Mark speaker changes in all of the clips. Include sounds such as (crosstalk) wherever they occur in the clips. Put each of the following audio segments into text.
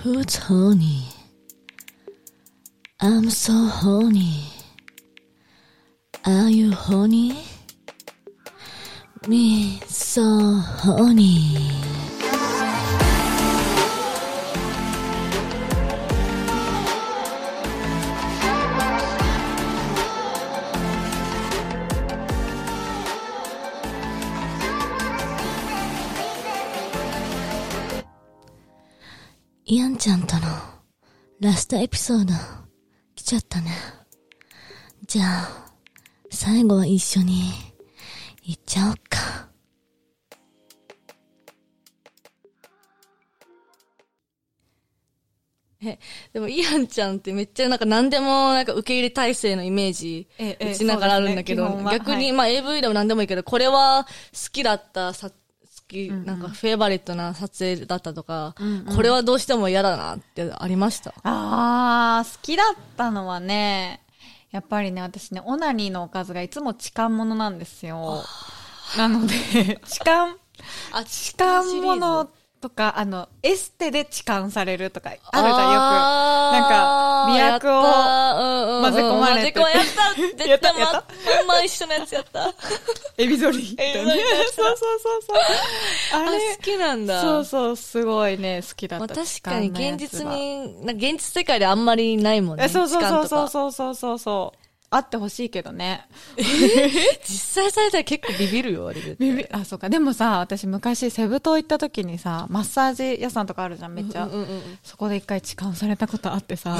Speaker 1: Who's horny? I'm so horny. Are you horny? Me so horny. イアンちゃんとのラストエピソード来ちゃったね。じゃあ、最後は一緒に行っちゃおうか。
Speaker 2: でもイアンちゃんってめっちゃなんか何でもなんか受け入れ体制のイメージ
Speaker 3: ええ
Speaker 2: 打ちながらあるんだけど、
Speaker 3: そうですね基本は
Speaker 2: 逆に、
Speaker 3: はい
Speaker 2: まあ AV でも何でもいいけど、これは好きだったさ、好き、なんかフェイバリットな撮影だったとか、これはどうしても嫌だなってありました。
Speaker 3: あー、好きだったのはね、やっぱりね、私ね、オナニーのおかずがいつも痴漢ものなんですよ。な
Speaker 2: (laughs)
Speaker 3: ので、痴漢、
Speaker 2: あ、
Speaker 3: 痴漢ものとか、あの、エステで痴漢されるとか、あるじゃん、よく。なんか、美薬を、
Speaker 2: を
Speaker 3: 混ぜ込まれてて
Speaker 2: 混ぜ込まれた。
Speaker 3: (laughs) や
Speaker 2: 絶
Speaker 3: った
Speaker 2: 対
Speaker 3: や
Speaker 2: ま
Speaker 3: った、
Speaker 2: ほんま一緒のやつやった。あ、
Speaker 3: エビゾリみたいな
Speaker 2: エビゾリのやつだ
Speaker 3: (laughs) そうそうそうそう。あれ、
Speaker 2: 好きなんだ。
Speaker 3: そうそう、すごいね、好きだっ
Speaker 2: ま
Speaker 3: た。
Speaker 2: あ、確かに
Speaker 3: 痴漢のや
Speaker 2: 現
Speaker 3: つ
Speaker 2: 実
Speaker 3: は。
Speaker 2: に、なんか現実世界であんまりないもんね。
Speaker 3: えそうそう
Speaker 2: 痴漢
Speaker 3: そ
Speaker 2: と
Speaker 3: う
Speaker 2: か
Speaker 3: そうそうそうそうそう。あってほしいけどね。
Speaker 2: 実際されたら結構ビビるよ、あれ絶対
Speaker 3: ビビあ、そうか。でもさ、私昔セブ島行った時にさ、マッサージ屋さんとかあるじゃん、めっちゃ。
Speaker 2: うんうんうん
Speaker 3: そこで一回痴漢されたことあって (laughs) さ。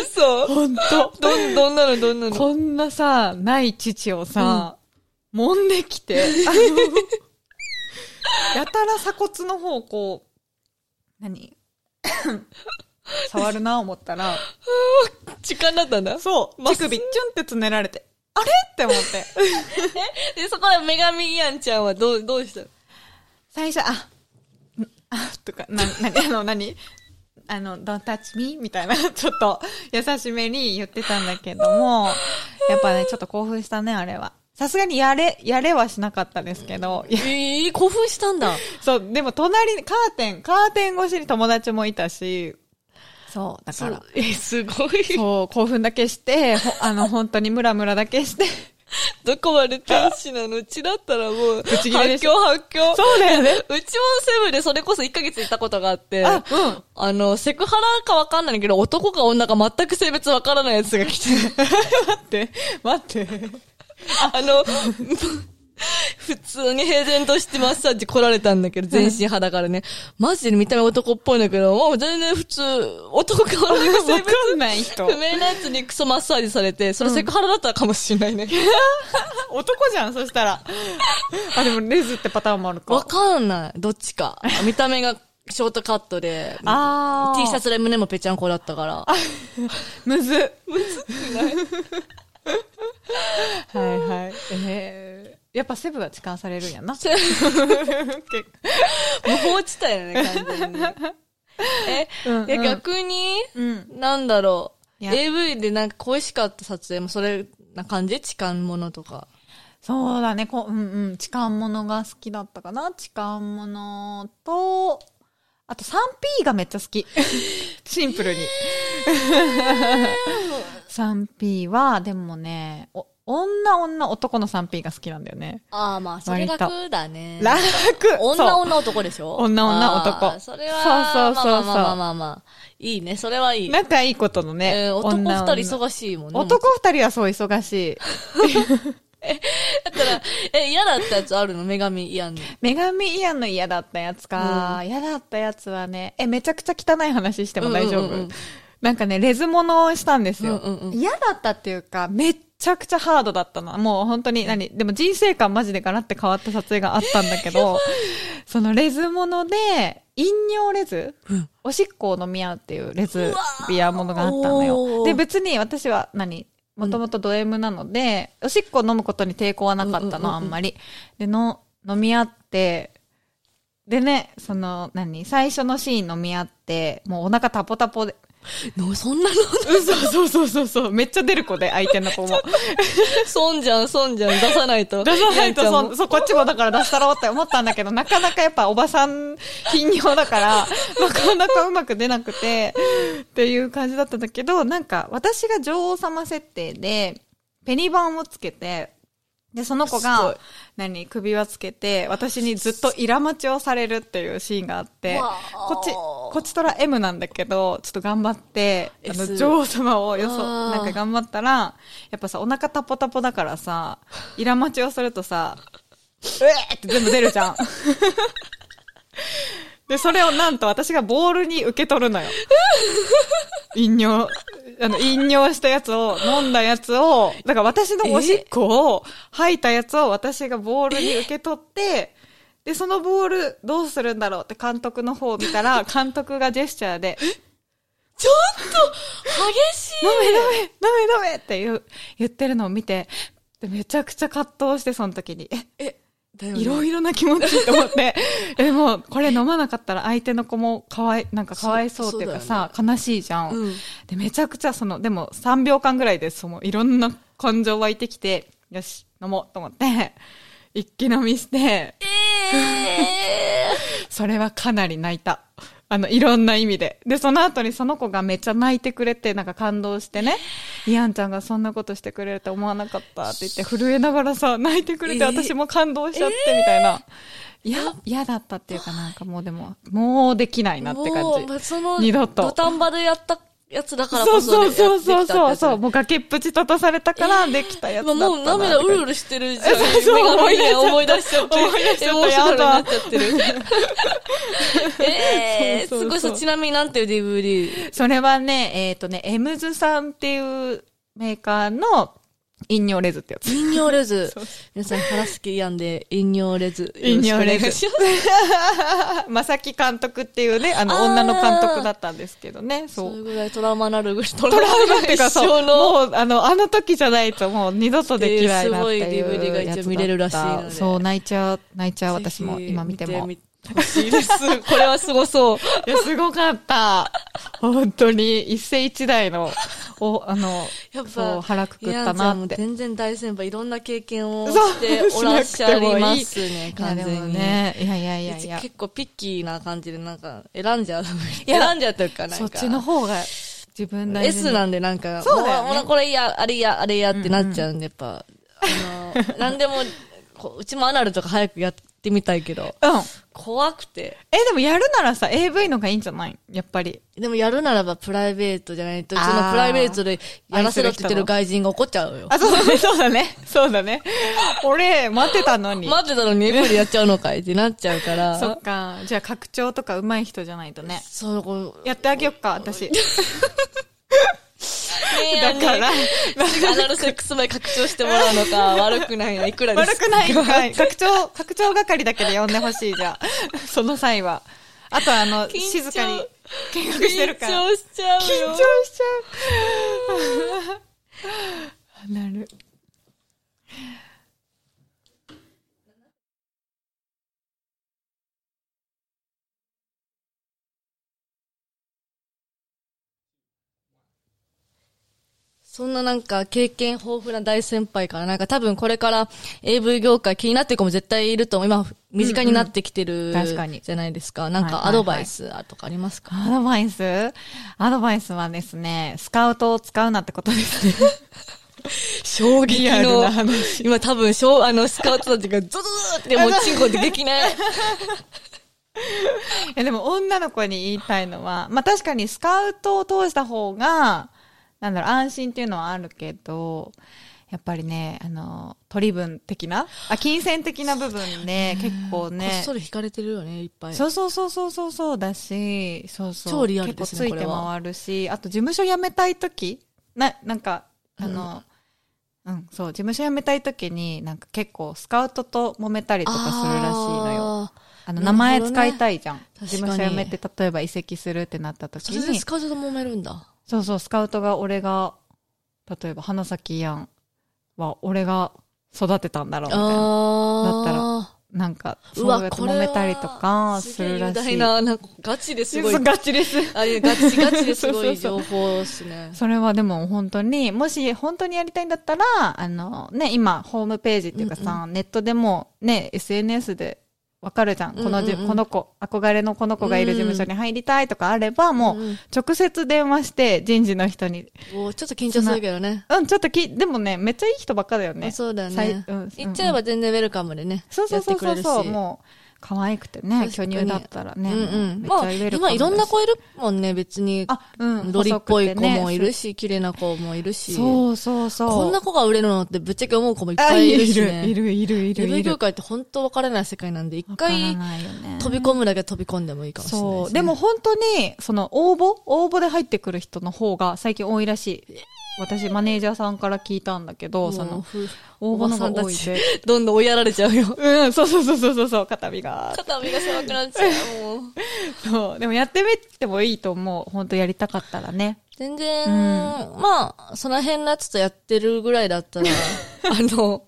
Speaker 2: 嘘
Speaker 3: ほんと。
Speaker 2: どん、どんなのどんなの
Speaker 3: こんなさ、ない父をさ、揉んでき (laughs) て、あのやたら鎖骨の方をこう、 (laughs) 何触るな思ったら、
Speaker 2: 時間だったんだ。
Speaker 3: そう、
Speaker 2: まっ
Speaker 3: 乳
Speaker 2: すぐ
Speaker 3: 首チュンってつねられて、あれって思って。
Speaker 2: で、そこで女神イアンちゃんはどう、どうしたの
Speaker 3: 最初、あ、んあ、とか、な、 (laughs) なに、あの、なにあの、don't touch me みたいな、 (laughs) ちょっと、優しめに言ってたんだけども、やっぱね、ちょっと興奮したね、あれは。さすがにやれ、やれはしなかったですけど、いや
Speaker 2: ええ興奮したんだ。
Speaker 3: そう、でも隣に、カーテン、カーテン越しに友達もいたし、そう、だ
Speaker 2: そ
Speaker 3: か
Speaker 2: う
Speaker 3: ら。。
Speaker 2: え、すごい。
Speaker 3: そう、興奮だけして、ほあの、本当にムラムラだけして、
Speaker 2: どこまで天使なのうちだったらもう、
Speaker 3: ぶち切れ
Speaker 2: 発
Speaker 3: でし
Speaker 2: 狂発狂。
Speaker 3: そうだよね。
Speaker 2: うちもセブンでそれこそ1ヶ月いたことがあって、
Speaker 3: あ、
Speaker 2: あの、セクハラかわかんないけど、男か女か全く性別わからないやつが来て、
Speaker 3: (laughs) 待って、待って。
Speaker 2: あの、 (laughs) 普通に平然としてマッサージ来られたんだけど、全身肌からね。マジで見た目男っぽいんだけど、もう全然普通、男か女か性
Speaker 3: (laughs) わ
Speaker 2: 別
Speaker 3: かんない人 (laughs)
Speaker 2: 不。明なやつにクソマッサージされて、それセクハラだったかもしれないね。
Speaker 3: 男じゃん、そしたら。 (laughs) あ、でもレズってパターンもある
Speaker 2: わ
Speaker 3: か。
Speaker 2: かんない。どっちか。見た目がショートカットで、
Speaker 3: あー
Speaker 2: T シャツで胸もぺちゃんこだったから。
Speaker 3: むず。むずくないはいはい。えー、やっぱセブは痴漢されるんやな。
Speaker 2: セ無法地帯だね、完全
Speaker 3: (laughs)
Speaker 2: に。え、
Speaker 3: うんうん
Speaker 2: で逆に、
Speaker 3: うん。
Speaker 2: なんだろう。
Speaker 3: いや
Speaker 2: AV でなんか恋しかった撮影もそれな感じ痴漢ものとか。
Speaker 3: そうだね、こう、うんうん。痴漢物が好きだったかな。痴漢物と、あと 3P がめっちゃ好 (laughs) き。シンプルに。3P は、でもね、お女女男の 3P が好きなんだよね。
Speaker 2: ああ、まあ、
Speaker 3: それ楽
Speaker 2: だね
Speaker 3: 楽
Speaker 2: 女女男でしょ
Speaker 3: 女女男
Speaker 2: あーそれは、
Speaker 3: そうそうそうそ
Speaker 2: まあ
Speaker 3: う
Speaker 2: まあまあまあまあ。いいね、それはいい。
Speaker 3: 仲いいことのね。
Speaker 2: えー男
Speaker 3: 女
Speaker 2: 二
Speaker 3: 女
Speaker 2: 人忙しいもんね。
Speaker 3: 男二人はそう忙しい。
Speaker 2: だったら、え、嫌だったやつあるの女神嫌
Speaker 3: (laughs)
Speaker 2: に。
Speaker 3: 女神イアンの嫌だったやつか。嫌だったやつはね、え、めちゃくちゃ汚い話しても大丈
Speaker 2: う
Speaker 3: 夫、
Speaker 2: んうんうん
Speaker 3: なんかね、レズものをしたんですよ、
Speaker 2: うんうんうん
Speaker 3: 嫌だったっていうか、めっちゃくちゃハードだったの。もう本当に何、でも人生観マジでガラって変わった撮影があったんだけど、 (laughs) そのレズもので、飲尿レズ、おしっこを飲み合うっていうレズビアものがあったの
Speaker 2: お
Speaker 3: よ。
Speaker 2: ー
Speaker 3: で、別に私は何もともとド M なので、おしっこを飲むことに抵抗はなかった
Speaker 2: うんうんうんうん
Speaker 3: の、あんまり。で、の、飲み合って、 (laughs) でね、その、何最初のシーン飲み合って、もうお腹タポタポで、
Speaker 2: のそんなの、
Speaker 3: そうそうそうそう。めっ (laughs) ちゃ出る子で、相手の子も。
Speaker 2: (laughs) 損じゃん、損じゃん、出さないと。
Speaker 3: 出さないと
Speaker 2: やんちゃんも
Speaker 3: そ、そう、こっちもだから出したろうって思ったんだ
Speaker 2: (laughs)
Speaker 3: けど、なかなかやっぱおばさん頻尿だから、なかなかうまく出なくて、っていう感じだったんだけど、なんか私が女王様設定で、ペニバンをつけて、で、その子
Speaker 2: すごい
Speaker 3: が、何、首輪つけて、私にずっとイラ待ちをされるっていうシーンがあって、
Speaker 2: わ
Speaker 3: こっち、こっちとら M なんだけど、ちょっと頑張って、あの、
Speaker 2: S
Speaker 3: 女王様をよ
Speaker 2: あ
Speaker 3: そ、
Speaker 2: ー
Speaker 3: なんか頑張ったら、やっぱさ、お腹タポタポだからさ、イラ待ちをするとさ、うえーって全部出る
Speaker 2: (laughs)
Speaker 3: じゃん。で、それをなんと私がボールに受け取るのよ。飲尿、あの、飲尿したやつを、飲んだやつを、だから私のおしっこを、吐いたやつを私がボールに受け取って、で、そのボールどうするんだろうって監督の方を見たら、監督がジェスチャーで、
Speaker 2: ちょっと、激しい
Speaker 3: ダメダメダメダメって言う言ってるのを見て、でめちゃくちゃ葛藤して、その時に。え、
Speaker 2: だよね
Speaker 3: いろいろな気持ちと思って、 (laughs) え、もう、これ飲まなかったら相手の子もかわい、なんかかわいそうっていうかさ、悲しいじゃん,、
Speaker 2: うん
Speaker 3: で、めちゃくちゃその、でも3秒間ぐらいで、その、いろんな感情湧いてきて、よし、飲もうと思って、 (laughs) 一気飲みして、 (laughs) それはかなり泣いた。あの、いろんな意味で。で、その後にその子がめっちゃ泣いてくれて、なんか感動してね、イアンちゃんがそんなことしてくれると思わなかったって言って、震えながらさ、泣いてくれて、
Speaker 2: えー
Speaker 3: 私も感動しちゃって、みたいな。いや、嫌だったっていうかなんかもうでも、もうできないなって感
Speaker 2: もう
Speaker 3: じ。
Speaker 2: まあその、
Speaker 3: 二度と
Speaker 2: 土壇場でやったやつだから
Speaker 3: そ
Speaker 2: こ
Speaker 3: う
Speaker 2: そ
Speaker 3: そ
Speaker 2: ね、
Speaker 3: うそうそう
Speaker 2: やっ
Speaker 3: そう
Speaker 2: てきたってやつだ
Speaker 3: そう、もう崖っぷち立たされたからできたやつだったな
Speaker 2: もう涙うるう
Speaker 3: る。
Speaker 2: るしてるじ (laughs) ゃん。
Speaker 3: そうそう
Speaker 2: 目が
Speaker 3: 思い出しちゃった
Speaker 2: 思い出しちゃってる。
Speaker 3: 思い出しちゃった
Speaker 2: エモーショナルに
Speaker 3: やだ
Speaker 2: なっちゃってる。
Speaker 3: (laughs)
Speaker 2: ええー、
Speaker 3: そう
Speaker 2: す
Speaker 3: そう
Speaker 2: ご
Speaker 3: そう
Speaker 2: いさ、ちなみになんていう DVD?
Speaker 3: それはね、えっ、とね、エムズさんっていうメーカーの飲尿レズってやつ。
Speaker 2: 飲尿レズ
Speaker 3: そう。
Speaker 2: 皆さん、腹すきやんで、飲尿レズ。
Speaker 3: 飲尿レズ
Speaker 2: よろしくお願いします
Speaker 3: (laughs) まさき監督っていうね、あの、
Speaker 2: あー
Speaker 3: 女の監督だったんですけどね、そ。
Speaker 2: そうれぐらいトラウマなるぐらい。ト
Speaker 3: トラウマっていうか、
Speaker 2: 一
Speaker 3: そう、
Speaker 2: 生の。
Speaker 3: もう、あの、あの時じゃないと、もう二度とできないなって
Speaker 2: って
Speaker 3: い
Speaker 2: いうう
Speaker 3: やつだ
Speaker 2: すごい
Speaker 3: った。
Speaker 2: DVD が一応見れるらしいので
Speaker 3: そう、泣いちゃう、泣いちゃう、私も、
Speaker 2: ぜひ
Speaker 3: 今見ても。
Speaker 2: 見ほしい
Speaker 3: (laughs)
Speaker 2: です。これはすごそう。
Speaker 3: いや、すごかった。本当に、一世一代の、お、あの、
Speaker 2: やっぱ
Speaker 3: そう、腹くくっ
Speaker 2: いや
Speaker 3: た
Speaker 2: じゃあ
Speaker 3: な
Speaker 2: も
Speaker 3: っ
Speaker 2: う
Speaker 3: て。
Speaker 2: 全然大先輩、いろんな経験を
Speaker 3: そう
Speaker 2: しておらっしゃいますね、
Speaker 3: いや、
Speaker 2: 完
Speaker 3: で
Speaker 2: 全
Speaker 3: も
Speaker 2: に。
Speaker 3: ね、いやいやいやいや。
Speaker 2: 結構ピッキーな感じで、なんか、選んじゃう。選んじゃうというか、なんか。
Speaker 3: そっちの方が、自分なりに
Speaker 2: S なんでなんか、
Speaker 3: そうだよね
Speaker 2: ももこれや、あれや、あれやってなっちゃうんで、やっぱ、あ
Speaker 3: (laughs)
Speaker 2: の、なんでも、こううちもアナルとか早くやってみたいけど、
Speaker 3: うん。
Speaker 2: 怖くて。
Speaker 3: え、でもやるならさ、AV のがいいんじゃないやっぱり。
Speaker 2: でもやるならばプライベートじゃないと、
Speaker 3: あ
Speaker 2: そ
Speaker 3: ー
Speaker 2: のプライベートでやらせろって言ってる外人が怒っちゃうよ。
Speaker 3: あ、そうだね、そうだね。そうだね。俺、待ってたのに。
Speaker 2: 待ってたのにエブリやっちゃうのかいってなっちゃうから。
Speaker 3: そっか。じゃあ、拡張とか上手い人じゃないとね。
Speaker 2: そう、こう、
Speaker 3: やってあげよっか、私。
Speaker 2: だ
Speaker 3: だ (laughs) から、
Speaker 2: アナルセックス前拡張してもらうの (laughs) か、悪くないな、いくらで
Speaker 3: 悪
Speaker 2: す (laughs)
Speaker 3: くないんかい。 (laughs) 拡張、拡張係だけで呼んでほしいじゃん。 (laughs) その際は。あと、あの、
Speaker 2: 張
Speaker 3: 静かに見学してるから。
Speaker 2: 緊張しちゃう
Speaker 3: 緊
Speaker 2: よ。
Speaker 3: 張しちゃう。 (laughs) なる。
Speaker 2: そんななんか経験豊富な大先輩からなんか多分これから AV 業界気になってる子も絶対いると思う。今身近になってきてる、
Speaker 3: 確かに
Speaker 2: じゃないですか。なん
Speaker 3: はいはい
Speaker 2: か
Speaker 3: はい
Speaker 2: アドバイスとかありますか、
Speaker 3: アドバイスアドバイスはですね、スカウトを使うなってことですね。
Speaker 2: 衝撃
Speaker 3: リアルな話
Speaker 2: 今多分小、あの、スカウトたちがゾゾゾってもうチンコででき
Speaker 3: (laughs)
Speaker 2: ない。
Speaker 3: いやでも女の子に言いたいのは、まあ確かにスカウトを通した方が、なんだろう、安心っていうのはあるけど、やっぱりね、あの、取り分的なあ、金銭的な部分で結構ね。
Speaker 2: こっそり引かれてるよね、いっぱい。
Speaker 3: そうそうそうそうそうそうだし、そうそう。
Speaker 2: 超リアルですね
Speaker 3: 結構ついて
Speaker 2: これは
Speaker 3: 回るし、あと事務所辞めたいとき、な、なんか、あの、うん、そう、事務所辞めたいときに、なんか結構スカウトと揉めたりとかするらしいのよ。
Speaker 2: あー。
Speaker 3: あの、
Speaker 2: な
Speaker 3: 名
Speaker 2: るほどね
Speaker 3: 前使いたいじゃん。
Speaker 2: 確かに
Speaker 3: 事務所辞めて、例えば移籍するってなったとき
Speaker 2: それで
Speaker 3: に
Speaker 2: ス、カウトと揉めるんだ。
Speaker 3: そうそう、スカウトが俺が、例えば花咲やんは俺が育てたんだろうみたいな。
Speaker 2: あ
Speaker 3: だった
Speaker 2: ら。
Speaker 3: なんか、
Speaker 2: う
Speaker 3: そう
Speaker 2: わ、
Speaker 3: やって
Speaker 2: これ
Speaker 3: 揉
Speaker 2: は
Speaker 3: めたりとかする
Speaker 2: す
Speaker 3: ら
Speaker 2: げ
Speaker 3: し
Speaker 2: え
Speaker 3: い。
Speaker 2: 雄大な、なんかガチですごい。
Speaker 3: (laughs) ガチです。
Speaker 2: あれ、ガチガチですごい
Speaker 3: (laughs) そう
Speaker 2: 情報ですね。
Speaker 3: それはでも本当に、もし本当にやりたいんだったら、あのね、今、ホームページっていうかさ、ネットでもね、SNS でわかるじゃん。このじ、
Speaker 2: うんうんうん
Speaker 3: この子、憧れのこの子がいる事務所に入りたいとかあれば、
Speaker 2: う
Speaker 3: も
Speaker 2: ん
Speaker 3: う直接電話して人事の人に。
Speaker 2: もうちょっと緊張するけどね。
Speaker 3: うん、ちょっとき、でもね、めっちゃいい人ばっかだよね。
Speaker 2: あそうだ
Speaker 3: さい
Speaker 2: ね
Speaker 3: うんうん。
Speaker 2: 行っちゃえば全然ウェルカムでね。
Speaker 3: そうそうそうそ
Speaker 2: や
Speaker 3: うそ
Speaker 2: って
Speaker 3: う、
Speaker 2: くれるし
Speaker 3: もう、可愛くてね、
Speaker 2: 確か
Speaker 3: 巨
Speaker 2: に
Speaker 3: 乳だったらね。
Speaker 2: うんうん。
Speaker 3: めっち
Speaker 2: ま
Speaker 3: ゃ
Speaker 2: あ、
Speaker 3: ウェルカム
Speaker 2: 今いろんな
Speaker 3: だし
Speaker 2: 子いるもんね、別に。
Speaker 3: あ、うん。
Speaker 2: ロリっぽい子
Speaker 3: 細くてね
Speaker 2: もいるし、綺麗な子もいるし。
Speaker 3: そうそうそう。
Speaker 2: こんな子が売れるのってぶっちゃけ思う子もいっ
Speaker 3: あ
Speaker 2: ぱいいるしね。
Speaker 3: いるいるいるいるいる。
Speaker 2: AV 業界って本当分からない世界なんで、一
Speaker 3: わから
Speaker 2: 回
Speaker 3: ないよね
Speaker 2: 飛び込むだけ飛び込んでもいいかもしれない
Speaker 3: そう。
Speaker 2: ね
Speaker 3: でも、本当に、その応募応募で入ってくる人の方が最近多いらしい。私、マネージャーさんから聞いたんだけ
Speaker 2: も
Speaker 3: ど、
Speaker 2: う
Speaker 3: その、
Speaker 2: ふ
Speaker 3: 応募の方
Speaker 2: おばさ
Speaker 3: が
Speaker 2: ん
Speaker 3: 多
Speaker 2: た
Speaker 3: い
Speaker 2: ち
Speaker 3: で。
Speaker 2: どんどん追いやられちゃうよ。
Speaker 3: うん、そうそうそうそうそうそう、肩身が。
Speaker 2: 肩身が狭くなっちゃう、もう。
Speaker 3: そう。でもやってみてもいいと思う。本当やりたかったらね。
Speaker 2: 全然、まあ、その辺のやつとやってるぐらいだった
Speaker 3: (laughs)
Speaker 2: ら、あの、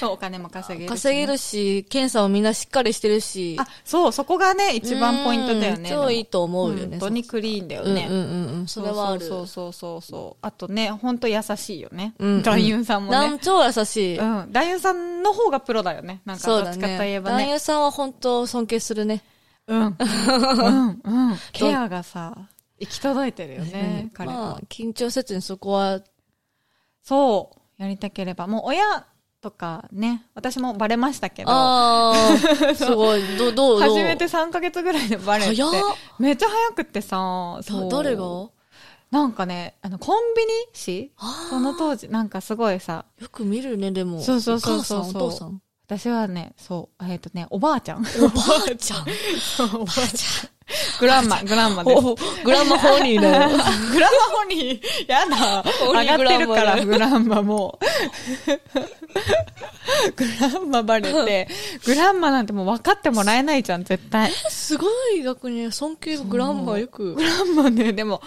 Speaker 3: そう、お金も稼げるしね。
Speaker 2: 稼げるし、検査もみんなしっかりしてるし。
Speaker 3: あ、そう、そこがね、一番ポイントだよね。
Speaker 2: うん超いいと思うよね。
Speaker 3: 本当にクリーンだよ
Speaker 2: うんうん
Speaker 3: ね。
Speaker 2: うんうん。それはある。
Speaker 3: そうそうそうそうそう。あとね、ほんと優しいよね。
Speaker 2: うんうん
Speaker 3: 男優さんも
Speaker 2: な
Speaker 3: ね
Speaker 2: ん。超優しい。
Speaker 3: うん。男優さんの方がプロだよね。なんか、
Speaker 2: そう
Speaker 3: どっ
Speaker 2: だ
Speaker 3: ちかとい
Speaker 2: ね。
Speaker 3: えば
Speaker 2: 男
Speaker 3: ね。
Speaker 2: 優さんは本当尊敬するね。
Speaker 3: うん。うん。
Speaker 2: (laughs)
Speaker 3: うん。ケアがさ、行き届いてるよね、彼は。
Speaker 2: まあ、緊張せずにそこは、
Speaker 3: そう。やりたければ。もう親とかね、私もバレましたけど、
Speaker 2: あ
Speaker 3: (laughs)
Speaker 2: あ、すごい。ど、どう、どう
Speaker 3: 初めて3ヶ月ぐらいでバレて
Speaker 2: 早っ。
Speaker 3: めっちゃ早くってさ、そ
Speaker 2: ど
Speaker 3: う
Speaker 2: 誰が
Speaker 3: なんかね、あの、コンビニ誌
Speaker 2: あー
Speaker 3: その当時、なんかすごいさ、
Speaker 2: よく見るね、でも。
Speaker 3: そうそうそうそう
Speaker 2: お母さん、お父さん。
Speaker 3: 私はね、そう、えっ、とね、おばあ
Speaker 2: (laughs)
Speaker 3: ちゃん。
Speaker 2: おばあちゃん。
Speaker 3: おばあちゃん。グランマ、グランマです。
Speaker 2: おグランマ本人だよ。
Speaker 3: (laughs) グランマホニー、やだ。
Speaker 2: ホニー
Speaker 3: 上がって
Speaker 2: グラ
Speaker 3: るか
Speaker 2: ンマ
Speaker 3: ら、
Speaker 2: だ
Speaker 3: グランマもう。グランマバレて、グランマなんてもう分かってもらえないじゃん、絶対。
Speaker 2: すごい学年、尊敬グランマよく
Speaker 3: グ。ランマね、でも、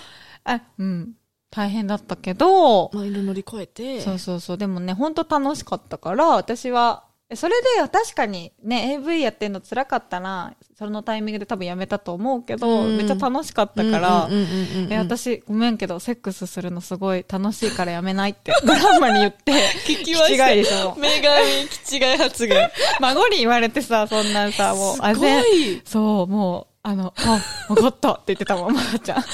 Speaker 3: あ、うん、大変だったけど、
Speaker 2: まあ、いろいろ乗り越えて。
Speaker 3: そうそうそう、でもね、ほんと楽しかったから、私は、それで確かにね、AV やってんの辛かったら、そのタイミングで多分やめたと思うけど、
Speaker 2: うん
Speaker 3: めっちゃ楽しかった
Speaker 2: だ
Speaker 3: か、
Speaker 2: からら、え
Speaker 3: え、私、ごめんけど、セックスするのすごい楽しいからやめないって、 (laughs) グランマに言って、
Speaker 2: 聞き
Speaker 3: ました
Speaker 2: 違いでし
Speaker 3: (laughs)
Speaker 2: ょ。女神、気違い発言。
Speaker 3: 孫に言われてさ、そんなんさ、もう、あ
Speaker 2: すご
Speaker 3: ぜ
Speaker 2: い。
Speaker 3: そう、もう、あの、あ、分かったって言ってたもん、まー (laughs) ちゃん。
Speaker 2: (laughs)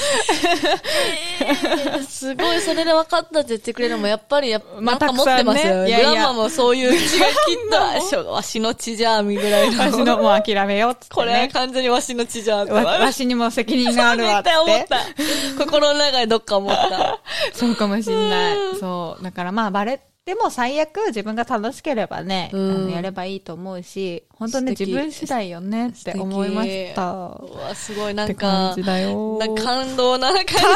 Speaker 2: すごい、それで分かったって言ってくれるのも、やっぱりやっ、な
Speaker 3: まあ
Speaker 2: んか持ってます
Speaker 3: たくさん
Speaker 2: よ。
Speaker 3: ねいやい
Speaker 2: グ
Speaker 3: や
Speaker 2: ランマもそういう気が切った
Speaker 3: (laughs)
Speaker 2: しょ、わしの血じゃみぐらい
Speaker 3: わし
Speaker 2: の。
Speaker 3: の、もう諦めようっつって、
Speaker 2: これ
Speaker 3: ね。
Speaker 2: 完全にわしの血じゃんって。
Speaker 3: わ、わしにも責任があるわっ。
Speaker 2: 絶対思ってた。心の中でどっか思った。
Speaker 3: (laughs) そうかもしんない。そう。だからまあ、バレても最悪自分が楽しければね、あ
Speaker 2: うん
Speaker 3: のやればいいと思うし、本当ね、
Speaker 2: 素敵
Speaker 3: 自分次第よねって思いました。
Speaker 2: うわ、すごい、な
Speaker 3: っ
Speaker 2: ん
Speaker 3: て
Speaker 2: か
Speaker 3: 感じ、だよ。
Speaker 2: なんか感動な感じにな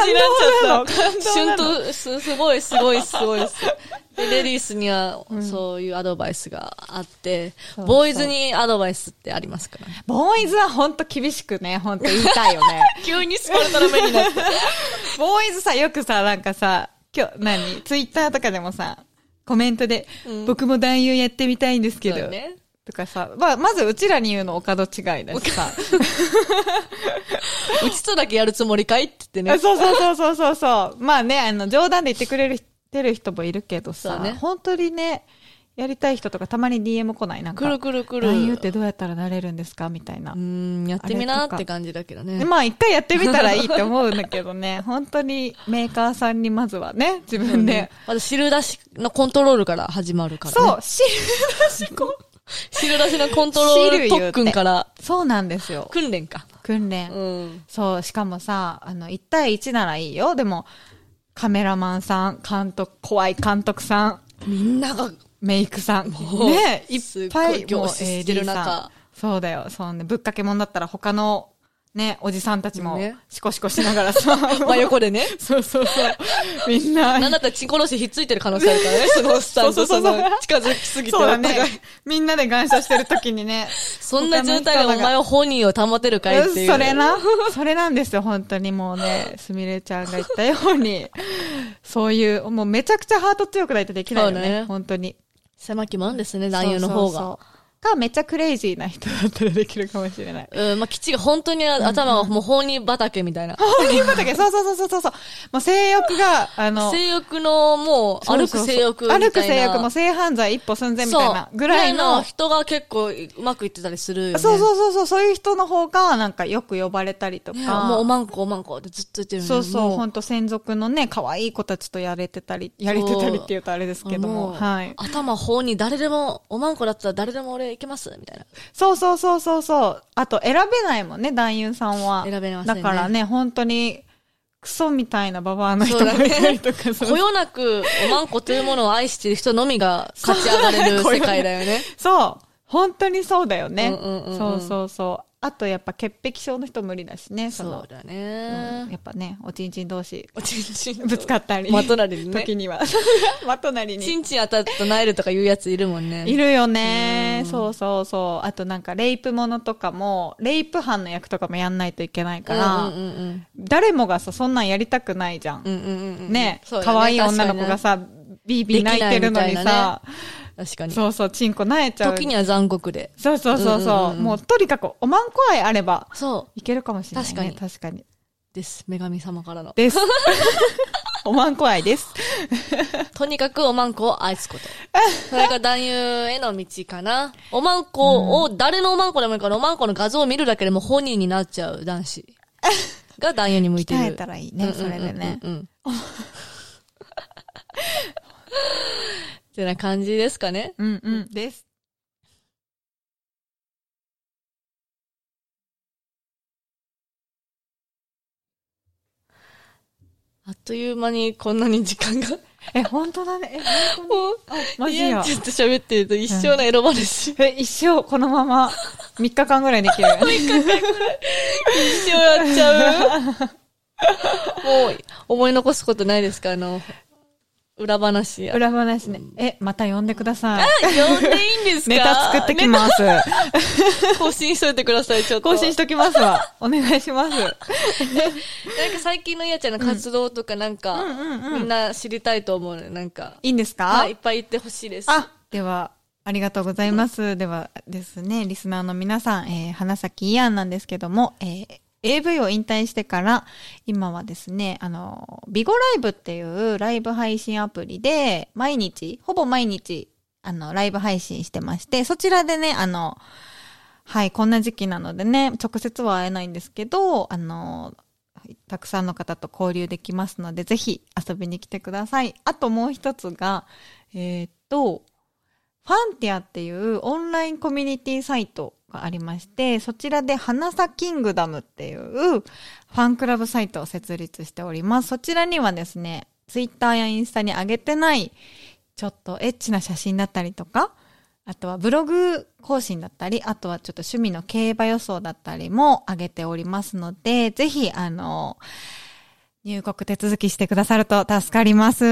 Speaker 2: っちゃった。シュンと、す、すごい、すごい、すごいです。 (laughs) で、レディースには、そういうアドバイスがあって、
Speaker 3: そう
Speaker 2: ボーイズにアドバイスってありますから。
Speaker 3: ボーイズはほんと厳しくね、ほんと言いたいよね。
Speaker 2: (laughs) 急にスパルタの目になって。
Speaker 3: (laughs) ボーイズさ、よくさ、なんかさ、今日、何ツイッターとかでもさ、コメントで、僕も男優やってみたいんですけ
Speaker 2: そ
Speaker 3: ど、
Speaker 2: うね
Speaker 3: とかさ、まあ、まずうちらに言うのお門違いだしさ、
Speaker 2: (laughs) うちとだけやるつもりかいって言って
Speaker 3: あ
Speaker 2: ね。
Speaker 3: そうそうそうそうそうそう、まあね、あの、冗談で言ってくれる、てる人もいるけど
Speaker 2: そ
Speaker 3: さ、
Speaker 2: うね
Speaker 3: 本当にね、やりたい人とかたまに DM 来ない、なんか、
Speaker 2: くるくるくる。
Speaker 3: 男優ってどうやったらなれるんですかみたいな。
Speaker 2: うーん、やってみな
Speaker 3: あ
Speaker 2: っ
Speaker 3: れとか
Speaker 2: て感じだけど
Speaker 3: で
Speaker 2: ね。
Speaker 3: まあ一回やってみたらいいって思うんだけど (laughs) ね、本当にメーカーさんにまずはね、自分で。
Speaker 2: まず汁出しのコントロールから始まるからね。
Speaker 3: そう、知るなしこ。
Speaker 2: 汁出しのコントロール特訓から、
Speaker 3: そうなんですよ。
Speaker 2: 訓練か。
Speaker 3: 訓練。
Speaker 2: うん。
Speaker 3: そう、しかもさ、あの、1対1ならいいよ。でも、カメラマンさん、監督、怖い監督さん、
Speaker 2: みんなが
Speaker 3: メイクさん。
Speaker 2: う
Speaker 3: ねいっぱ
Speaker 2: すっごい
Speaker 3: い、
Speaker 2: 凝視してる中
Speaker 3: もう AD さんそうだよ。そうね、ぶっかけもんだったら他の、ね、おじさんたちも
Speaker 2: ね、
Speaker 3: シコシコしながら (laughs) さ、
Speaker 2: 真横でね。 (laughs)
Speaker 3: そうそうそう。みんな、
Speaker 2: なんだったらチンコロシひっついてる可能性あるからね、そのスタンド、
Speaker 3: そ
Speaker 2: そう
Speaker 3: そうそう
Speaker 2: の近づきすぎてお
Speaker 3: そうだ
Speaker 2: 互い。
Speaker 3: ね。みんなで感謝してる時にね。
Speaker 2: そんな状態でお前は本人を保てるかいっていう。
Speaker 3: それな、それなんですよ、本当にもうね、すみれちゃんが言ったように、そういう、もうめちゃくちゃハート強くないとできないよね、
Speaker 2: そうね
Speaker 3: 本当に。
Speaker 2: 狭きもんですね、男優の
Speaker 3: そう
Speaker 2: 方
Speaker 3: そうそ
Speaker 2: が
Speaker 3: う。か、めっちゃクレイジーな人だったらできるかもしれない。
Speaker 2: うん、まあ、基地が本当に頭がもう法に畑みたいな。
Speaker 3: 本人畑、そうそうそうそうそう。もう性欲が、あの、
Speaker 2: 性欲の、もう、歩く性欲みたいな。
Speaker 3: 歩く性欲も性犯罪一歩寸前みたいな
Speaker 2: そう
Speaker 3: ぐらいの。
Speaker 2: 人が結構うまくいってたりするよ、ね。
Speaker 3: そう
Speaker 2: う。
Speaker 3: そうそうそう、そういう人の方が、なんかよく呼ばれたりとか。
Speaker 2: もうおまんこおまんこってずっと言ってるの
Speaker 3: そう
Speaker 2: に
Speaker 3: そう、
Speaker 2: も
Speaker 3: ほんと専属のね、可愛い子たちとやれてたり、やれてたりって言うとあれですけども、
Speaker 2: う
Speaker 3: はい。
Speaker 2: 頭法に誰でも、おまんこだったら誰でも俺いけますみたいな。
Speaker 3: そうそうそうそうそう。あと選べないもんね、男優さんは。
Speaker 2: 選べませんね
Speaker 3: だからね、本当に、クソみたいなババアの人
Speaker 2: そう
Speaker 3: が
Speaker 2: だ
Speaker 3: い
Speaker 2: ね
Speaker 3: たりとかする
Speaker 2: こよなく、おまんこというものを愛している人のみが勝ち上が
Speaker 3: (laughs)
Speaker 2: れる世界だよね。
Speaker 3: そう。本当にそうだよね。
Speaker 2: うんうんうんうん
Speaker 3: そうそうそう。あとやっぱ潔癖症の人無理だしね、そ
Speaker 2: そ
Speaker 3: の
Speaker 2: う、だ
Speaker 3: うん
Speaker 2: ね。
Speaker 3: やっぱね、おちんちん同士、
Speaker 2: おちんちん
Speaker 3: ぶつかったり。
Speaker 2: まとなりにね
Speaker 3: 時には。まとなりに
Speaker 2: ち。んちん当たったナイルとかいうやついるもんね。
Speaker 3: いるよね。そうそうそう。あとなんか、レイプものとかも、レイプ犯の役とかもやんないといけないから、
Speaker 2: うんうんうん
Speaker 3: 誰もがさ、そんなんやりたくないじゃん。
Speaker 2: うん。うんうんうんうん。
Speaker 3: ね
Speaker 2: そうだ
Speaker 3: 可愛、い女の子が、さ、ビービー泣いてるのに
Speaker 2: できないみたいな
Speaker 3: さ、
Speaker 2: 確かに。確か
Speaker 3: そうそう、チンコ泣いちゃう。
Speaker 2: に時には残酷で。
Speaker 3: そうそうそ
Speaker 2: う
Speaker 3: うそう。
Speaker 2: んうんうん
Speaker 3: もう、とにかく、おまんこ愛あれば、
Speaker 2: そ
Speaker 3: いけるかもしれない、ね。
Speaker 2: 確かに
Speaker 3: 確かに。
Speaker 2: う。です。女神様からの。 (laughs)
Speaker 3: です。おまんこ愛です。
Speaker 2: とにかくおまんこを愛すこと。
Speaker 3: (laughs)
Speaker 2: それが男優への道かな。おまんこを、誰のおまんこでもいいから、おまんこの画像を見るだけでも本人になっちゃう男子が男優に向いてる。
Speaker 3: (laughs) 鍛えたらいいね、それでね。
Speaker 2: うんうんうんうんうん。 (laughs) ってな感じですかね。
Speaker 3: うんうん。です。
Speaker 2: あっという間にこんなに時間が。
Speaker 3: え、本当だね。え、本
Speaker 2: もう、
Speaker 3: 当マジや
Speaker 2: ち。ょっと喋ってると一生のエロ話。
Speaker 3: え、一生このまま3日間ぐらいできる。
Speaker 2: 一生やっちゃう。
Speaker 3: (laughs)
Speaker 2: もう、思い残すことないですかあの、裏話や。
Speaker 3: 裏話ね。え、また呼んでください。
Speaker 2: 呼んでいいんですか
Speaker 3: ネタ作ってき
Speaker 2: ネ
Speaker 3: ます。
Speaker 2: タ更新しといてください、ちょっと。
Speaker 3: 更新しときますわ。お願いします。
Speaker 2: なんか最近のいやちゃんの活動とかなんか、みんな知りたいと思うね、なんか。
Speaker 3: いいんですか
Speaker 2: あいっぱい言ってほしいです。
Speaker 3: あ、では、ありがとうございます。ではですね、リスナーの皆さん、えー花咲イアンなんですけども、えー AV を引退してから、今はですね、あの、ビゴライブっていうライブ配信アプリで、毎日、ほぼ毎日、あの、ライブ配信してまして、そちらでね、あの、はい、こんな時期なのでね、直接は会えないんですけど、あの、たくさんの方と交流できますので、ぜひ遊びに来てください。あともう一つが、えーっと、ファンティアっていうオンラインコミュニティサイトがありまして、そちらで花咲キングダムっていうファンクラブサイトを設立しております。そちらにはですね、ツイッターやインスタに上げてない、ちょっとエッチな写真だったりとか、あとはブログ更新だったり、あとはちょっと趣味の競馬予想だったりも上げておりますので、ぜひ、あの、入国手続きしてくださると助かります。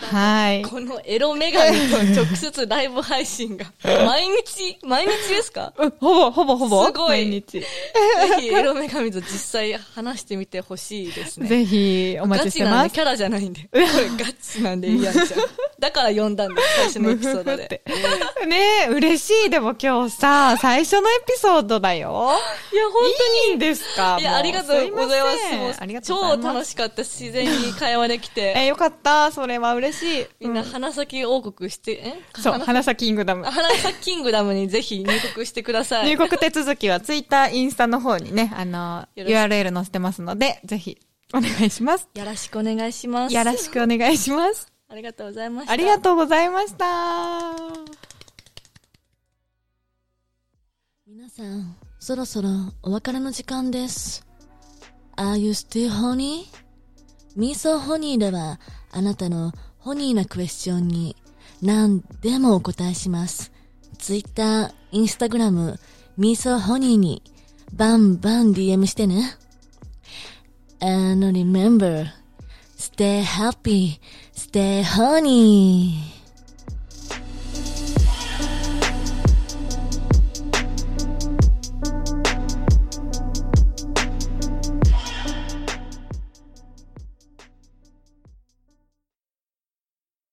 Speaker 3: はい。
Speaker 2: このエロ女神と直接ライブ配信
Speaker 3: (laughs)
Speaker 2: が、毎日、毎日ですか
Speaker 3: うんほぼ、ほぼ、ほぼ。
Speaker 2: すごい
Speaker 3: 毎日。
Speaker 2: ぜひエロ女神と実際話してみてほしいですね。
Speaker 3: ぜひ、お待
Speaker 2: ガ
Speaker 3: ちし
Speaker 2: チ
Speaker 3: て
Speaker 2: なん
Speaker 3: ま
Speaker 2: で、
Speaker 3: す。
Speaker 2: キャラじゃないん
Speaker 3: (laughs)
Speaker 2: で。これガチなんで、いやんちゃん。だから呼んだんです、最初のエピソード
Speaker 3: ムフフっ
Speaker 2: (laughs) で
Speaker 3: て。ねえ、嬉しい。でも今日さ、最初のエピソードだよ。
Speaker 2: いや、本
Speaker 3: いいんですか
Speaker 2: 当に。いや、
Speaker 3: も
Speaker 2: ありがとうございます。
Speaker 3: せん
Speaker 2: もう
Speaker 3: ありがとうご
Speaker 2: 超
Speaker 3: ざいます。
Speaker 2: 楽しかったし、自然に会話できて。
Speaker 3: え、よかった。それは嬉しい。
Speaker 2: みんな花咲王国して、え
Speaker 3: そう、
Speaker 2: 花
Speaker 3: 花咲キングダム。
Speaker 2: 花咲キングダムにぜひ入国してください
Speaker 3: 入。国手続きはツイッター、インスタの方にね、あの、
Speaker 2: よろしく
Speaker 3: URL 載せてますので、ぜひ、お願いします。
Speaker 2: よろしくお願いします。
Speaker 3: よろしくお願いします。
Speaker 2: ありがとうございました。
Speaker 3: ありがとうございました。
Speaker 1: 皆さん、そろそろお別れの時間です。Are you still honey?Me so honey では、あなたのホニーなクエスチョンに何でもお答えします。Twitter、Instagram、Me so honey にバンバン DM してね。And remember, stay happy, stay honey.